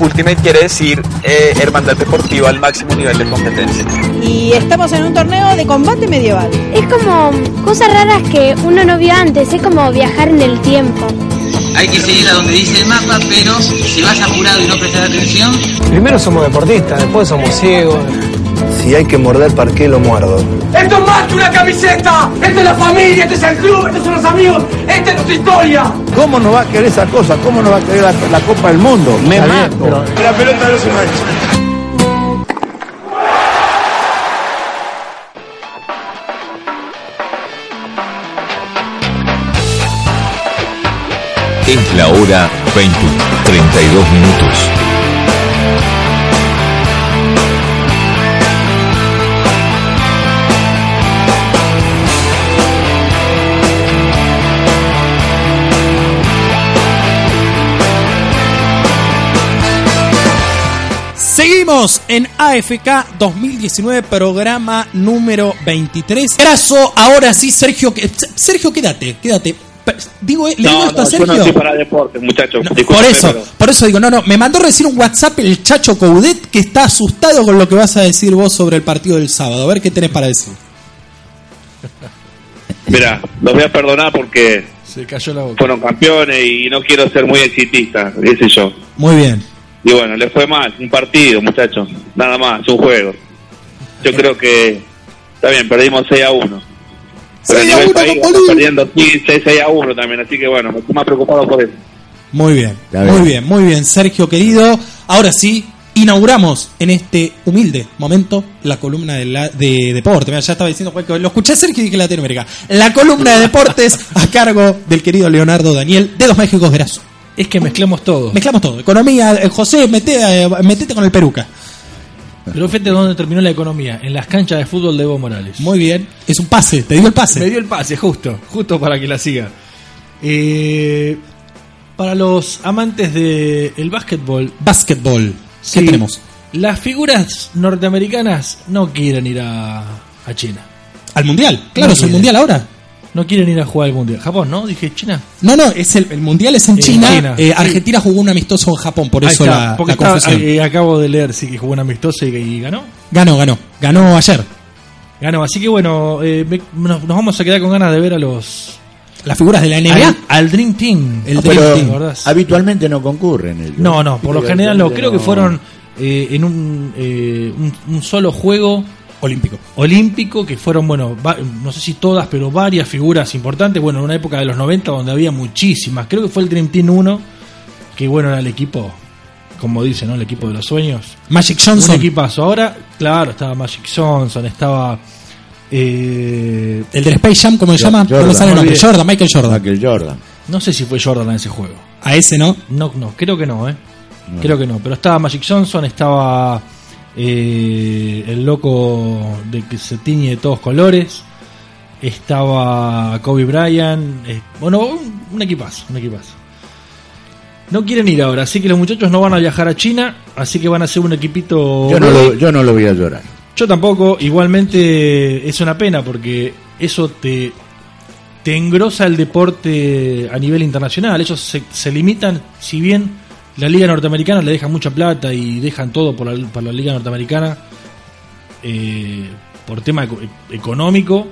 Ultimate quiere decir eh, hermandad deportiva al máximo nivel de competencia. Y estamos en un torneo de combate medieval. Es como cosas raras que uno no vio antes, es como viajar en el tiempo. Hay que seguir a donde dice el mapa, pero si vas apurado y no prestas atención... Primero somos deportistas, después somos ciegos. Si hay que morder parqué, lo muerdo. ¡Esto es más que una camiseta! ¡Esto es la familia! ¡Este es el club! ¡Estos son los amigos! ¡Esta es nuestra historia! ¿Cómo nos va a querer esa cosa? ¿Cómo nos va a querer la, la Copa del Mundo? Me Está bien, mato. pero- La pelota no se mancha. Es la hora 20, 32 minutos. Seguimos en AFK 2019, programa número 23. Brazo, ahora sí, Sergio. que- Sergio, quédate, quédate. Pe- Digo, eh, le digo esto a yo no Sergio. estoy para deportes, muchachos. por discúlpenme, eso, pero- por eso digo, no, no, me mandó recién un WhatsApp el Chacho Coudet que está asustado con lo que vas a decir vos sobre el partido del sábado. A ver qué tenés para decir. Mira, los voy a perdonar porque Se cayó la boca. fueron campeones y no quiero ser muy exitista, qué sé yo. Muy bien. Y bueno, les fue mal, un partido, muchachos. Nada más, un juego. Yo creo que. Está bien, perdimos 6 a 1. Pero a 6 a nivel 1 país, con estamos Bolivia. perdiendo 15, 6 a 1 también. Así que bueno, me estoy más preocupado por eso. Muy bien, muy bien, muy bien, Sergio querido. Ahora sí, inauguramos en este humilde momento la columna de, la- de deporte. Mira, ya estaba diciendo Juan que lo escuché a Sergio y dije Latinoamérica. La columna de deportes a cargo del querido Leonardo Daniel de los Méxicos Graso. Es que mezclamos todo. Mezclamos todo. Economía, eh, José, mete, eh, metete con el peruca. Pero fíjate dónde terminó la economía. En las canchas de fútbol de Evo Morales. Muy bien, es un pase, te dio el pase. Me dio el pase, justo. Justo para que la siga. Eh, para los amantes del el básquetbol, Básquetbol, ¿qué Sí. tenemos? las figuras norteamericanas no quieren ir a, a China. Al mundial, claro, No es el quieren. mundial ahora. No quieren ir a jugar al mundial. Japón, ¿no? Dije China. No, no, es el, el mundial es en En China. China. Eh, Argentina jugó un amistoso en Japón, por Ahí eso está, la, porque la estaba- confusión. eh, acabo de leer, sí, que jugó un amistoso y, y ganó. Ganó, ganó. Ganó ayer. Ganó, así que bueno, eh, me- nos, nos vamos a quedar con ganas de ver a los... Las figuras de la NBA. Al, al Dream Team. El Ah, Dream pero- Team. ¿te acordás? Habitualmente no concurren ellos. No, no, por lo Viste general no. habitualmente Creo que no. fueron eh, en un, eh, un, un solo juego Olímpico. olímpico, que fueron, bueno, va- no sé si todas, pero varias figuras importantes. Bueno, en una época de los 90 donde había muchísimas. Creo que fue el Dream Team 1, que bueno, era el equipo, como dicen, ¿no? El equipo de los sueños. Magic Un Johnson, equipazo. Ahora, claro, estaba Magic Johnson, estaba. eh, el del Space Jam, ¿cómo se llama? Jordan, ¿Cómo sale el nombre? olvidé. Jordan, Michael Jordan. Michael Jordan. no sé si fue Jordan en ese juego. A ese, ¿no? No, no, creo que no, ¿eh? Creo que no. Pero estaba Magic Johnson, estaba. eh, el loco de que se tiñe de todos colores. Estaba Kobe Bryant. eh, bueno, un, un equipazo, un equipazo. No quieren ir ahora, así que los muchachos no van a viajar a China, así que van a ser un equipito. Yo no, lo, yo no lo voy a llorar. Yo tampoco, igualmente es una pena porque eso te, te engrosa el deporte a nivel internacional. Ellos se, se limitan, si bien la Liga Norteamericana le deja mucha plata y dejan todo por la, para la Liga Norteamericana eh, por tema eco- económico.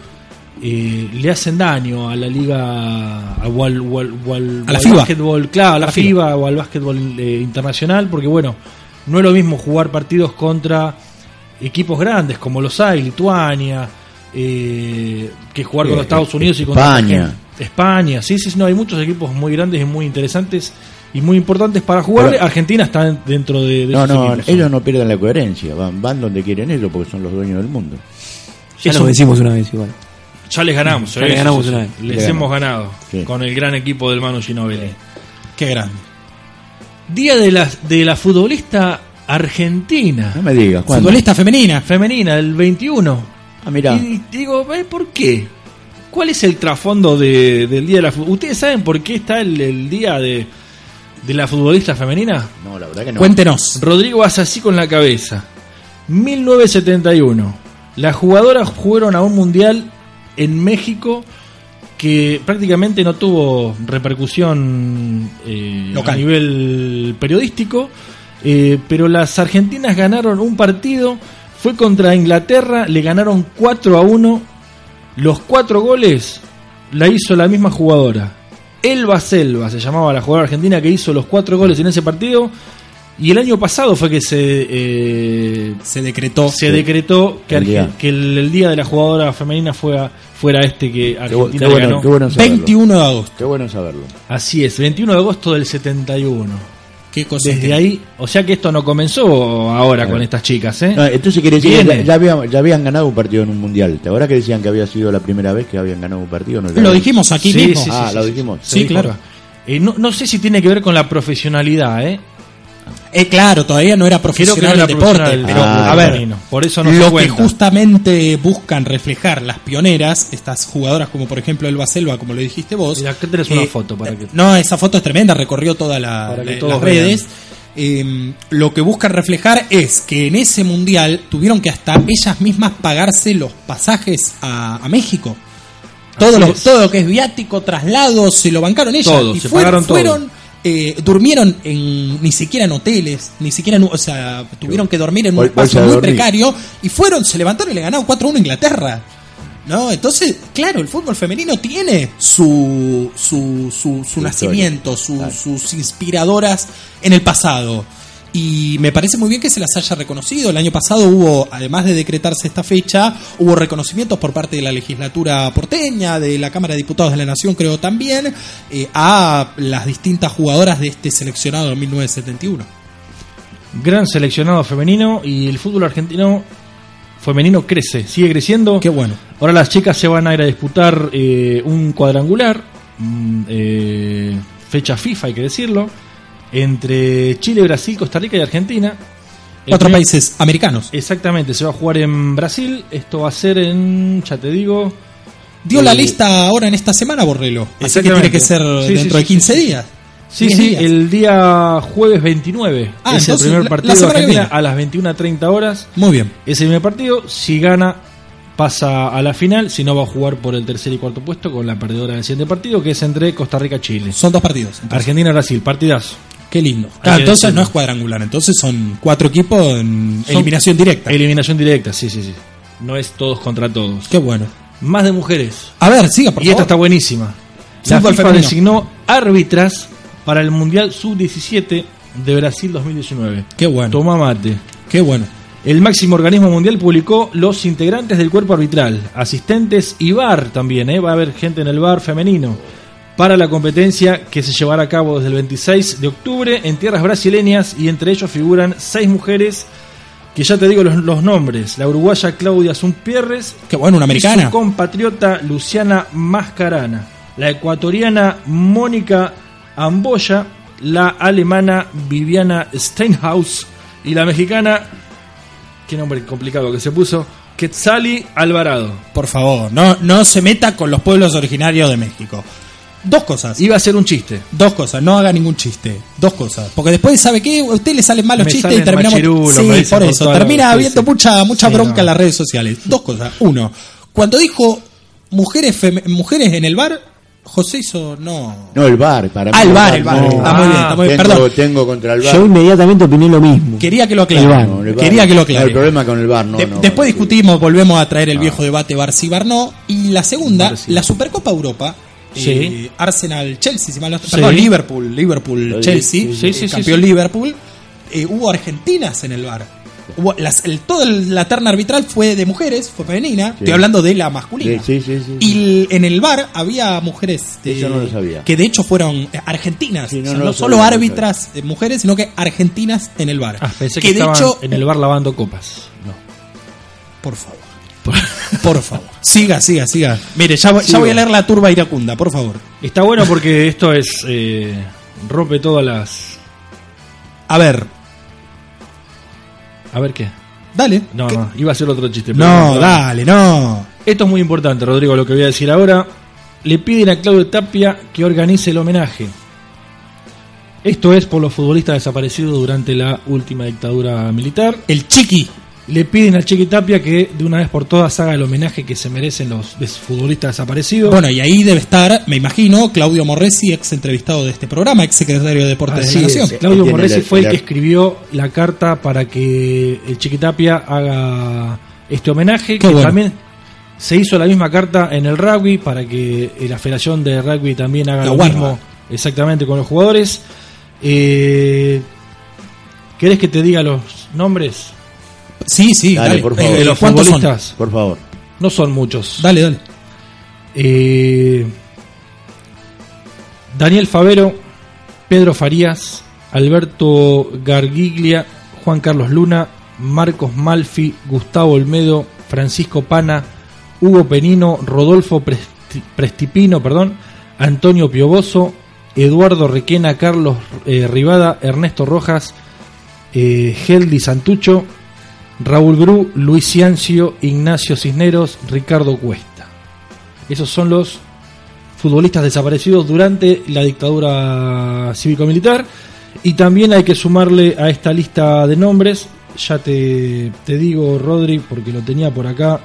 eh, le hacen daño a la liga a, o al- o al- o al- A la al FIBA. básquetbol, claro, a la A la FIBA. FIBA o al básquetbol eh, internacional, porque bueno, no es lo mismo jugar partidos contra equipos grandes como los hay, Lituania, eh, que jugar con Eh, los Estados eh, Unidos y contra España. Argentina. España, sí, sí, sí, no, hay muchos equipos muy grandes y muy interesantes y muy importantes para jugar. Pero- Argentina está en- dentro de, de No, esos no, equipos. ellos no pierden la coherencia. Van, van donde quieren ellos porque son los dueños del mundo. Ya Ya lo lo decimos una vez igual. Ya les ganamos, Ya eh, les sí, ganamos sí, una sí, vez. Les Le hemos ganado Sí. con el gran equipo del Manu Ginobili. Qué grande. Día de la, de la futbolista argentina, No me digas, ¿cuándo? Futbolista femenina. femenina, el 21. Ah, mirá. Y digo, eh, ¿por qué? ¿Cuál es el trasfondo de- del Día de la Fu- ¿Ustedes saben por qué está el, el Día de, de la Futbolista Femenina? No, la verdad que no. Cuéntenos. Rodrigo hace así con la cabeza. 1971. Las jugadoras jugaron a un mundial en México que prácticamente no tuvo repercusión eh, a Local. nivel periodístico Eh, pero las argentinas ganaron un partido, fue contra Inglaterra, le ganaron 4 a 1. Los cuatro goles la hizo la misma jugadora. Elba Selva se llamaba la jugadora argentina que hizo los cuatro goles en ese partido. Y el año pasado fue que se. eh, se decretó. Se decretó que, El Arge- día. que el, el día de la jugadora femenina fuera, fuera este que Qué, bu- Argentina qué le bueno, ganó. qué bueno saberlo. 21 de agosto. Qué bueno saberlo. Así es, 21 de agosto del 71. ¿Qué cosa Desde que- ahí, o sea que esto no comenzó ahora con estas chicas, ¿eh? No, entonces quiere decir que Viene. ya, ya habían, ya habían ganado un partido en un mundial. ¿Te acuerdas que decían que había sido la primera vez que habían ganado un partido? No, Lo dijimos aquí Sí, mismo. sí, Ah, lo dijimos. Sí, dijo claro. acá. Eh, no, no sé si tiene que ver con la profesionalidad, ¿eh? Eh, claro, todavía no era Creo que no profesional era el deporte, profesional, pero Ah, a ver, bueno. por eso no se lo que cuenta. justamente buscan reflejar las pioneras, estas jugadoras como por ejemplo Elba Selva, como lo dijiste vos. eh, Mira, acá tenés una foto para que- No, esa foto es tremenda, recorrió todas la- Para que la- todos las vean. redes. Eh, lo que buscan reflejar es que en ese mundial tuvieron que hasta ellas mismas pagarse los pasajes a, a México. Todo Así lo, es. todo lo que es viático, traslados, se lo bancaron ellas. Todo, y se fueron, pagaron todo. fueron, eh, durmieron en, ni siquiera en hoteles, ni siquiera en, o sea, tuvieron que dormir en un Bol- bolsa espacio de muy dormir. precario y fueron, se levantaron y le ganaron 4-1 a Inglaterra. ¿No? Entonces, claro, el fútbol femenino tiene su, su, su, su Su nacimiento, historia, su- claro. sus inspiradoras en el pasado. Y me parece muy bien que se las haya reconocido. El año pasado hubo, además de decretarse esta fecha, hubo reconocimientos por parte de la legislatura porteña, de la Cámara de Diputados de la Nación, creo también, eh, a las distintas jugadoras de este seleccionado en 1971. Gran seleccionado femenino y el fútbol argentino femenino crece, sigue creciendo. Qué bueno. Ahora las chicas se van a ir a disputar eh, un cuadrangular, mm, eh, fecha FIFA hay que decirlo, entre Chile, Brasil, Costa Rica y Argentina. El Cuatro primer- países eh, americanos. Exactamente, se va a jugar en Brasil, esto va a ser en, ya te digo, Dio la Eh, lista ahora en esta semana, Borrelo. Así que exactamente. tiene que ser Sí, sí, dentro de sí, 15 sí, sí. días. Sí, 10 sí, días. el día jueves 29 Ah, es el entonces, primer la- partido la de semana que Argentina viene. a las 21.30 horas. Muy bien. Es el primer partido, si gana pasa a la final, si no va a jugar por el tercer y cuarto puesto con la perdedora del siguiente partido que es entre Costa Rica y Chile. Son dos partidos. entonces. Argentina-Brasil, partidazo. Qué lindo. Ah, Hay que entonces decirlo. no es cuadrangular, entonces son cuatro equipos en Son- eh, eliminación directa. Eliminación directa, sí, sí, sí. No es todos contra todos. Qué bueno. Más de mujeres. A ver, siga, por y esta favor. está buenísima. La Fútbol FIFA femenino. designó árbitras para el Mundial Sub-17 de Brasil 2019. Qué bueno. Toma mate. Qué bueno. El máximo organismo mundial publicó los integrantes del cuerpo arbitral, asistentes y bar también, ¿eh? va a haber gente en el bar femenino, para la competencia que se llevará a cabo desde el 26 de octubre en tierras brasileñas y entre ellos figuran seis mujeres que ya te digo los, los nombres, la uruguaya Claudia Zumpierres, Qué bueno, una y americana. su compatriota Luciana Mascarana, la ecuatoriana Mónica Amboya, la alemana Viviana Steinhaus y la mexicana, qué nombre complicado que se puso, Quetzali Alvarado. Por favor, no, no se meta con los pueblos originarios de México. Dos cosas. Iba a ser un chiste. Dos cosas, no haga ningún chiste. Dos cosas. Porque después, ¿sabe qué? A usted le salen mal los Me chistes salen y terminamos. machirulos, me sí, dicen por por eso. todos Termina lados, sí, habiendo sí. mucha, mucha Sí, bronca no. en las redes sociales. Dos cosas. Uno, cuando dijo mujeres, fem- mujeres en el bar, José hizo no. No, el bar, para mí. Ah, el bar, el bar. no. Está muy bien, está muy bien. Tengo- Perdón. Tengo contra el bar. Yo inmediatamente opiné lo mismo. Quería que lo aclare. El bar, No, el bar. Quería que lo No, aclare. el problema con el bar, no. De- no, Ah. después sí. discutimos, volvemos a traer el viejo debate bar sí, bar no. Y la segunda, Bar sí. la Supercopa Europa. Sí. eh, Arsenal, Chelsea, si mal no estoy- Sí. perdón, Liverpool, Liverpool, Lo Chelsea, dije, sí, eh, sí, sí, campeón sí. Liverpool. eh, hubo argentinas en el bar. Hubo las- el- toda la terna arbitral fue de mujeres, fue femenina. Estoy hablando de la masculina. Sí, sí, sí, sí. Y el- en el bar había mujeres este, Eso no lo sabía. que de hecho fueron eh, argentinas. Sí, no, O sea, no no lo sabía, solo no lo árbitras eh, mujeres, sino que argentinas en el bar. Ah, pensé que, estaban en el bar lavando copas. Por favor. Por favor. Siga, siga, siga. Mire, ya, voy- ya voy a leer la turba iracunda, por favor. Está bueno porque esto es... eh, rompe todas las... A ver, A ver qué. dale. No, ¿Qué- no, iba a ser otro chiste. pero No, dale, no. Esto es muy importante, Rodrigo, lo que voy a decir ahora. Le piden a Claudio Tapia que organice el homenaje. Esto es por los futbolistas desaparecidos durante la última dictadura militar. El chiqui. Le piden al Cheque Tapia que de una vez por todas haga el homenaje que se merecen los futbolistas desaparecidos. Bueno, y ahí debe estar, me imagino, Claudio Morresi, ex entrevistado de este programa, ex secretario de Deportes Así de la es. Nación. Claudio Morresi fue el que escribió la carta para que el Chiquitapia haga este homenaje. Qué que bueno. también se hizo la misma carta en el rugby para que eh, la Federación de Rugby también La haga lo guarda. mismo exactamente con los jugadores. Eh, ¿Querés que te diga los nombres? Sí, sí, Dale, dale. por favor. Eh, ¿los ¿Cuántos cuántos son? futbolistas? Por favor. No son muchos. Dale, dale. Eh, Daniel Favero, Pedro Farías, Alberto Gargiglia, Juan Carlos Luna, Marcos Malfi, Gustavo Olmedo, Francisco Pana, Hugo Penino, Rodolfo Presti- Prestipino, perdón, Antonio Pioboso, Eduardo Requena, Carlos eh, Rivada, Ernesto Rojas, eh, Geldi Santucho, Raúl Gru, Luis Ciancio, Ignacio Cisneros, Ricardo Cuesta. Esos son los futbolistas desaparecidos durante la dictadura cívico-militar. Y también hay que sumarle a esta lista de nombres, ya te, te digo, Rodri, porque lo tenía por acá.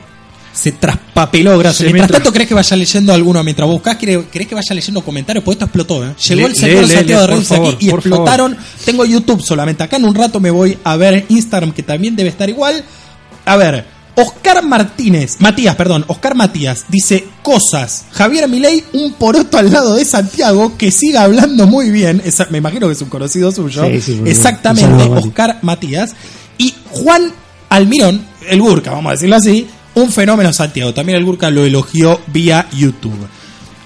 Se traspapeló, gracias. Se me mientras tra- tanto, ¿crees que vaya leyendo alguno mientras buscas? ¿Crees crees que vaya leyendo comentarios? Porque esto explotó, ¿eh? Llegó Le- el señor lee, lee, Santiago de lee, Reus por favor, aquí y por favor. explotaron. Tengo YouTube solamente. Acá en un rato me voy a ver Instagram, que también debe estar igual. A ver, Oscar Martínez, Matías, perdón, Oscar Matías dice cosas. Javier Milei, un poroto al lado de Santiago que siga hablando muy bien. Esa- me imagino que es un conocido suyo. Sí, sí, muy bien. Un Exactamente, saludo, Mati. Oscar Matías. Y Juan Almirón, el Gurka, vamos a decirlo así, un fenómeno Santiago. También el Gurka lo elogió vía YouTube.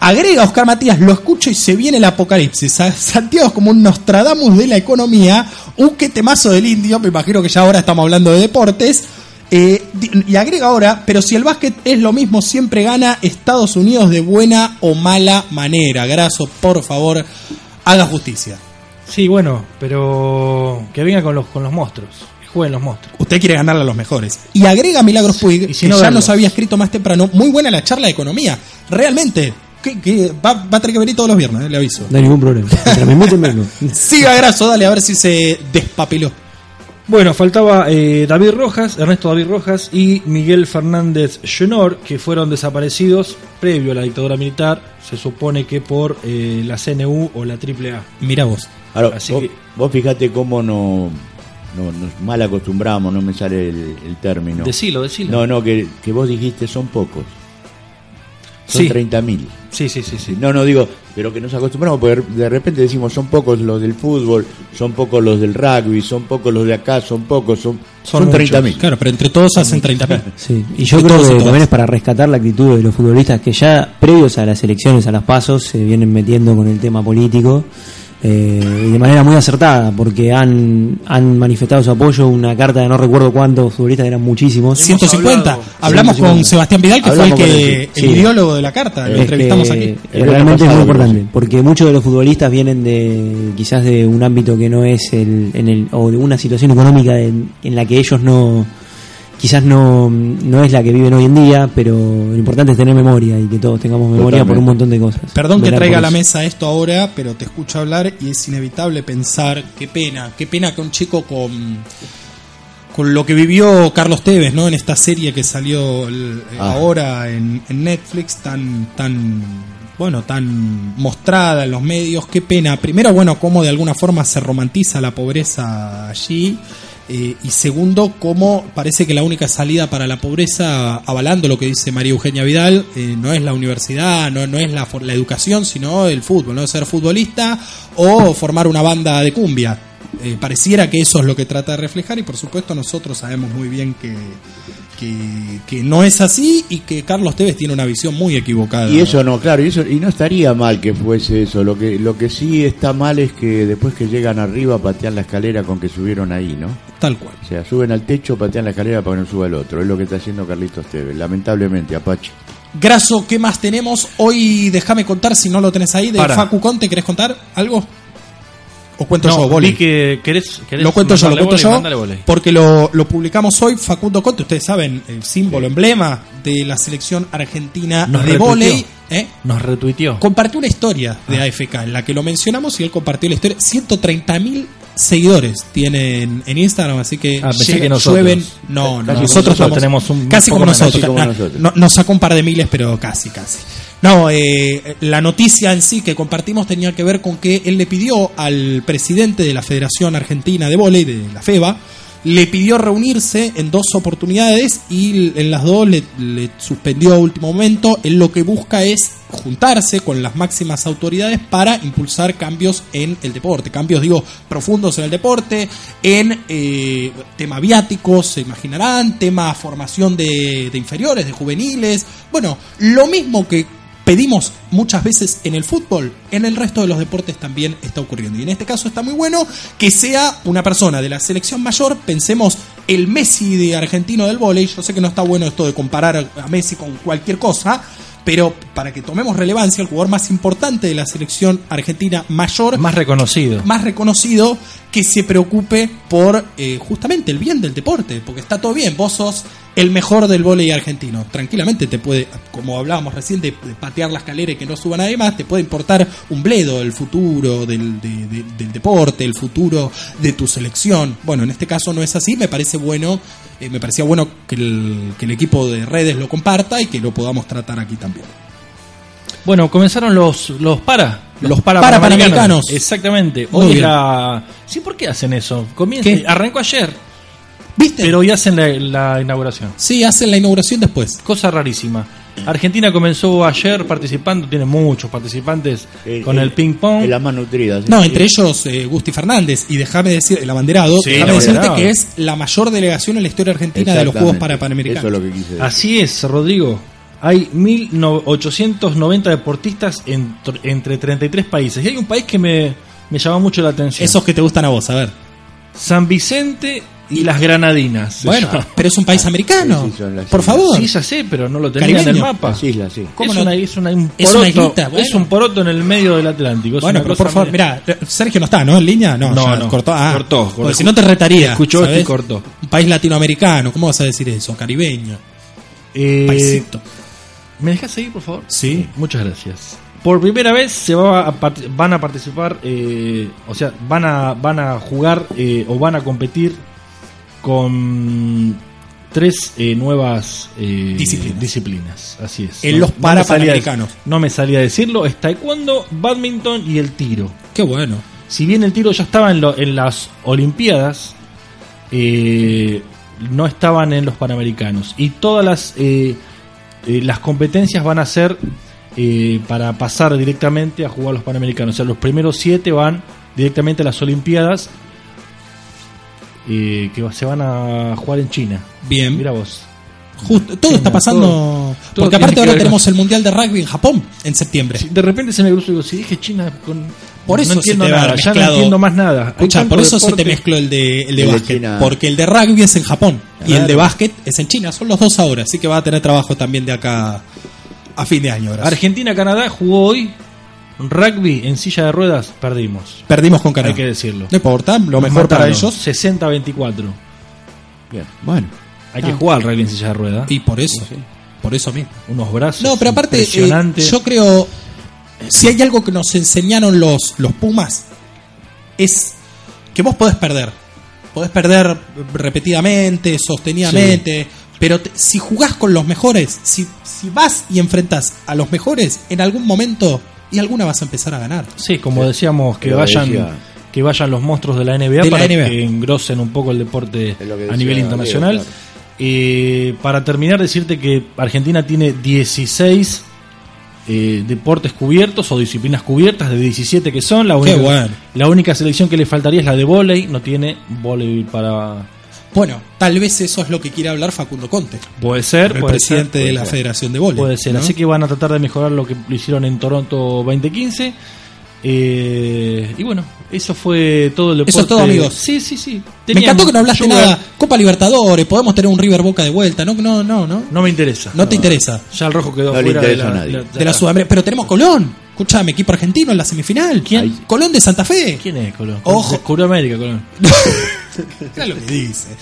Agrega Oscar Matías, lo escucho y se viene el apocalipsis. Sa- Santiago es como un Nostradamus de la economía, un que temazo del indio, me imagino que ya ahora estamos hablando de deportes. Eh, di- y agrega ahora, pero si el básquet es lo mismo, siempre gana Estados Unidos de buena o mala manera. Graso, por favor, haga justicia. Sí, bueno, pero que venga con los, con los monstruos, que jueguen los monstruos. Usted quiere ganarle a los mejores. Y agrega Milagros Puig, si que no ya verlo. nos había escrito más temprano. Muy buena la charla de economía. Realmente, que, que va, va a tener que venir todos los viernes, eh, le aviso. No hay ningún problema. Mientras me inviten, vengo. Siga Graso, dale, a ver si se despapeló. Bueno, faltaba eh, David Rojas, Ernesto David Rojas y Miguel Fernández Llenor, que fueron desaparecidos previo a la dictadura militar, se supone que por eh, la CNU o la AAA. Mira vos. Ahora, Así vos, que- vos fijate cómo no, no- nos mal acostumbramos, no me sale el, el término. Decilo, decilo. No, no, que, que vos dijiste son pocos. Son Sí. 30.000. Sí, sí, sí, sí. No, no digo, pero que nos acostumbramos, porque de repente decimos son pocos los del fútbol, son pocos los del rugby, son pocos los de acá, son pocos, son, son, muchos. 30.000. Claro, pero entre todos hacen 30.000. Sí, y yo Y creo todos y que todas. también es para rescatar la actitud de los futbolistas que ya previos a las elecciones, a las pasos, se vienen metiendo con el tema político eh, y de manera muy acertada, porque han, han manifestado su apoyo, una carta de no recuerdo cuántos futbolistas, eran muchísimos. 150. Hablamos con Sebastián Vidal, que Hablamos fue el, con que, él, el sí. Este, ideólogo de la carta. Lo Es entrevistamos que aquí. El realmente año es muy pasado, importante, porque muchos de los futbolistas vienen de quizás de un ámbito que no es el, en el o de una situación económica en, en la que ellos no quizás no, no es la que viven hoy en día, pero lo importante es tener memoria y que todos tengamos memoria por un montón de cosas. Perdón que Velar traiga a por la eso. mesa esto ahora, pero te escucho hablar y es inevitable pensar, qué pena, qué pena que un chico con con lo que vivió Carlos Tevez, ¿no? En esta serie que salió el- eh, Ah. ahora en, en Netflix, tan tan bueno, tan mostrada en los medios, qué pena. Primero, bueno, cómo de alguna forma se romantiza la pobreza allí. eh, y segundo, cómo parece que la única salida para la pobreza, avalando lo que dice María Eugenia Vidal, eh, no es la universidad, no, no es la, for- la educación, sino el fútbol, ¿no? Ser futbolista o formar una banda de cumbia. Eh, pareciera que eso es lo que trata de reflejar y por supuesto nosotros sabemos muy bien que, que, que no es así y que Carlos Tevez tiene una visión muy equivocada. Y eso no, claro, y eso y no estaría mal que fuese eso. Lo que lo que sí está mal es que después que llegan arriba patean la escalera con que subieron ahí, ¿no? Tal cual. O sea, suben al techo, patean la escalera para que no suba el otro. Es lo que está haciendo Carlitos Tevez, lamentablemente, Apache. Graso, ¿qué más tenemos? Hoy déjame contar, si no lo tenés ahí, de Para. Facu Conte, ¿querés contar algo? ¿O cuento yo, No, Boli? vi que querés, querés Lo cuento yo, lo mandarle cuento volei, mandale yo, volei. porque lo, lo publicamos hoy. Facundo Conte, ustedes saben, el símbolo, emblema de la selección argentina Nos de retuiteó. volei. ¿eh? Nos retuiteó. Compartió una historia de AFK en la que lo mencionamos y él compartió la historia. 130.000 seguidores tienen en Instagram, así que, Ah, pensé llega- que nosotros. llueven. No, no, Casi como nosotros, nosotros estamos- tenemos un casi poco como menos, nosotros. casi como na- nosotros. no- nos sacó un par de miles, pero casi, casi. No, eh, la noticia en sí que compartimos tenía que ver con que él le pidió al presidente de la Federación Argentina de Voley, de la FEBA, le pidió reunirse en dos oportunidades y en las dos le, le suspendió a último momento. Él lo que busca es juntarse con las máximas autoridades para impulsar cambios en el deporte. Cambios, digo, profundos en el deporte, en eh, tema viático, se imaginarán, tema formación de, de inferiores, de juveniles. Bueno, lo mismo que pedimos muchas veces en el fútbol, en el resto de los deportes también está ocurriendo. Y en este caso está muy bueno que sea una persona de la selección mayor, pensemos el Messi de argentino del vóley, yo sé que no está bueno esto de comparar a Messi con cualquier cosa, pero para que tomemos relevancia, el jugador más importante de la selección argentina mayor Más reconocido. más reconocido que se preocupe por eh, justamente el bien del deporte, porque está todo bien, vos sos el mejor del vóley argentino. Tranquilamente te puede, como hablábamos recién, de, de patear las escalera y que no suba nadie más, te puede importar un bledo el futuro del, de- de- del deporte, el futuro de tu selección. Bueno, en este caso no es así, me parece bueno, eh, me parecía bueno que el, que el equipo de redes lo comparta y que lo podamos tratar aquí también. Bueno, comenzaron los, los para. Los para, Para panamericanos. panamericanos. Exactamente. Muy Hoy es bien. la. Sí, ¿por qué hacen eso? Comienza. ¿Qué? Arrancó ayer. ¿Viste? Pero hoy hacen la, la inauguración. Sí, hacen la inauguración después. Cosa rarísima. Argentina comenzó ayer participando, tiene muchos participantes con el ping pong. las más nutridas. No, entre ellos eh, Gusti Fernández y déjame decir el abanderado, Sí, déjame el decirte abanderado. que es la mayor delegación en la historia argentina de los Exactamente. Juegos para Panamericanos. Eso es lo que quise Así es, Rodrigo. Hay 1.890 deportistas en tr- entre 33 países. Y hay un país que me, me llama mucho la atención. Esos que te gustan a vos, a ver. San Vicente y las Granadinas. Bueno, pero es un país americano. Sí, sí, son las Por islas. favor. Sí, ya sé, pero no lo tenía en el Caribeño. mapa. Las islas, sí. ¿Cómo es, no? una, es una- un Es poroto, una islita, bueno. es un poroto en el medio del Atlántico. es Bueno, pues, pero una cosa por favor, media- mira, Sergio no está, ¿no? En línea, no, No, ya no. cortó. Ah, Cortó, cortó. Porque si no te retaría. Escuchó esto y ¿sabes? cortó. Un país latinoamericano, ¿cómo vas a decir eso? Caribeño. Eh, Paisito. ¿Me dejas seguir, por favor? Sí. Muchas gracias. Por primera vez se va a part- van a participar, eh, o sea, van a, van a jugar eh, o van a competir con tres eh, nuevas eh, Disciplinas. disciplinas. Así es. En los me salía- parapanamericanos. No me salía a decirlo. Es taekwondo, badminton y el tiro. Qué bueno. Si bien el tiro ya estaba en, lo- en las Olimpiadas, eh, no estaban en los Panamericanos. Y todas las, eh, eh, las competencias van a ser eh, para pasar directamente a jugar los Panamericanos. O sea, los primeros siete van directamente a las Olimpiadas eh, que se van a jugar en China. Bien. Mira vos. Justo, todo está pasando. todo- todo porque tiene aparte que ahora ver con- tenemos el Mundial de Rugby en Japón en septiembre. De repente se me cruzó y digo, si dije China con... Por eso no entiendo se te va a nada, haber ya no mezclado- entiendo más nada. Hay Escucha, tanto por eso se te deporte- mezcló el de, el de El de básquet. China. Porque el de rugby es en Japón y Claro. el de básquet es en China. Son los dos ahora, así que va a tener trabajo también de acá a fin de año. Horacio. Argentina-Canadá jugó hoy rugby en silla de ruedas, perdimos. Perdimos con Canadá. Hay que decirlo. No importa, lo Nos mejor para mataron, ellos. 60-24. Bien, bueno. Hay Ah. que jugar al rugby en silla de ruedas. Y por eso, por eso mismo. Unos brazos. No, pero aparte, eh, impresionantes. yo creo, si hay algo que nos enseñaron los, los Pumas, es que vos podés perder. Podés perder repetidamente, sostenidamente, pero te- si jugás con los mejores, si, si vas y enfrentás a los mejores, en algún momento y alguna vas a empezar a ganar. Sí, como decíamos, que Lo vayan decía- que vayan los monstruos de la NBA De la para NBA. que engrosen un poco el deporte decía a nivel internacional. Diego, claro. Eh, para terminar, decirte que Argentina tiene 16 eh, deportes cubiertos o disciplinas cubiertas, de 17 que son. La Qué única, bueno. la única selección que le faltaría es la de volei, no tiene volei para... Bueno, tal vez eso es lo que quiere hablar Facundo Conte. Puede ser, El puede presidente ser, de puede la ser. Federación de Vóley, Puede ser, ¿no? así que van a tratar de mejorar lo que hicieron en Toronto 2015. Eh, y bueno, eso fue todo el deporte. Eso es todo, amigos. Sí, sí, sí. Me encantó que no hablaste Sugar. nada. Copa Libertadores, podemos tener un River Boca de vuelta. No, no, no, no. No me interesa. No te interesa. Ya el rojo quedó No le fuera de interesa la, a nadie. la- de la Sudamérica. Pero tenemos Colón. Escuchame, equipo argentino en la semifinal. ¿Quién? Colón de Santa Fe. ¿Quién es Colón? Ojo. Colón América, Colón. Mira lo que dice.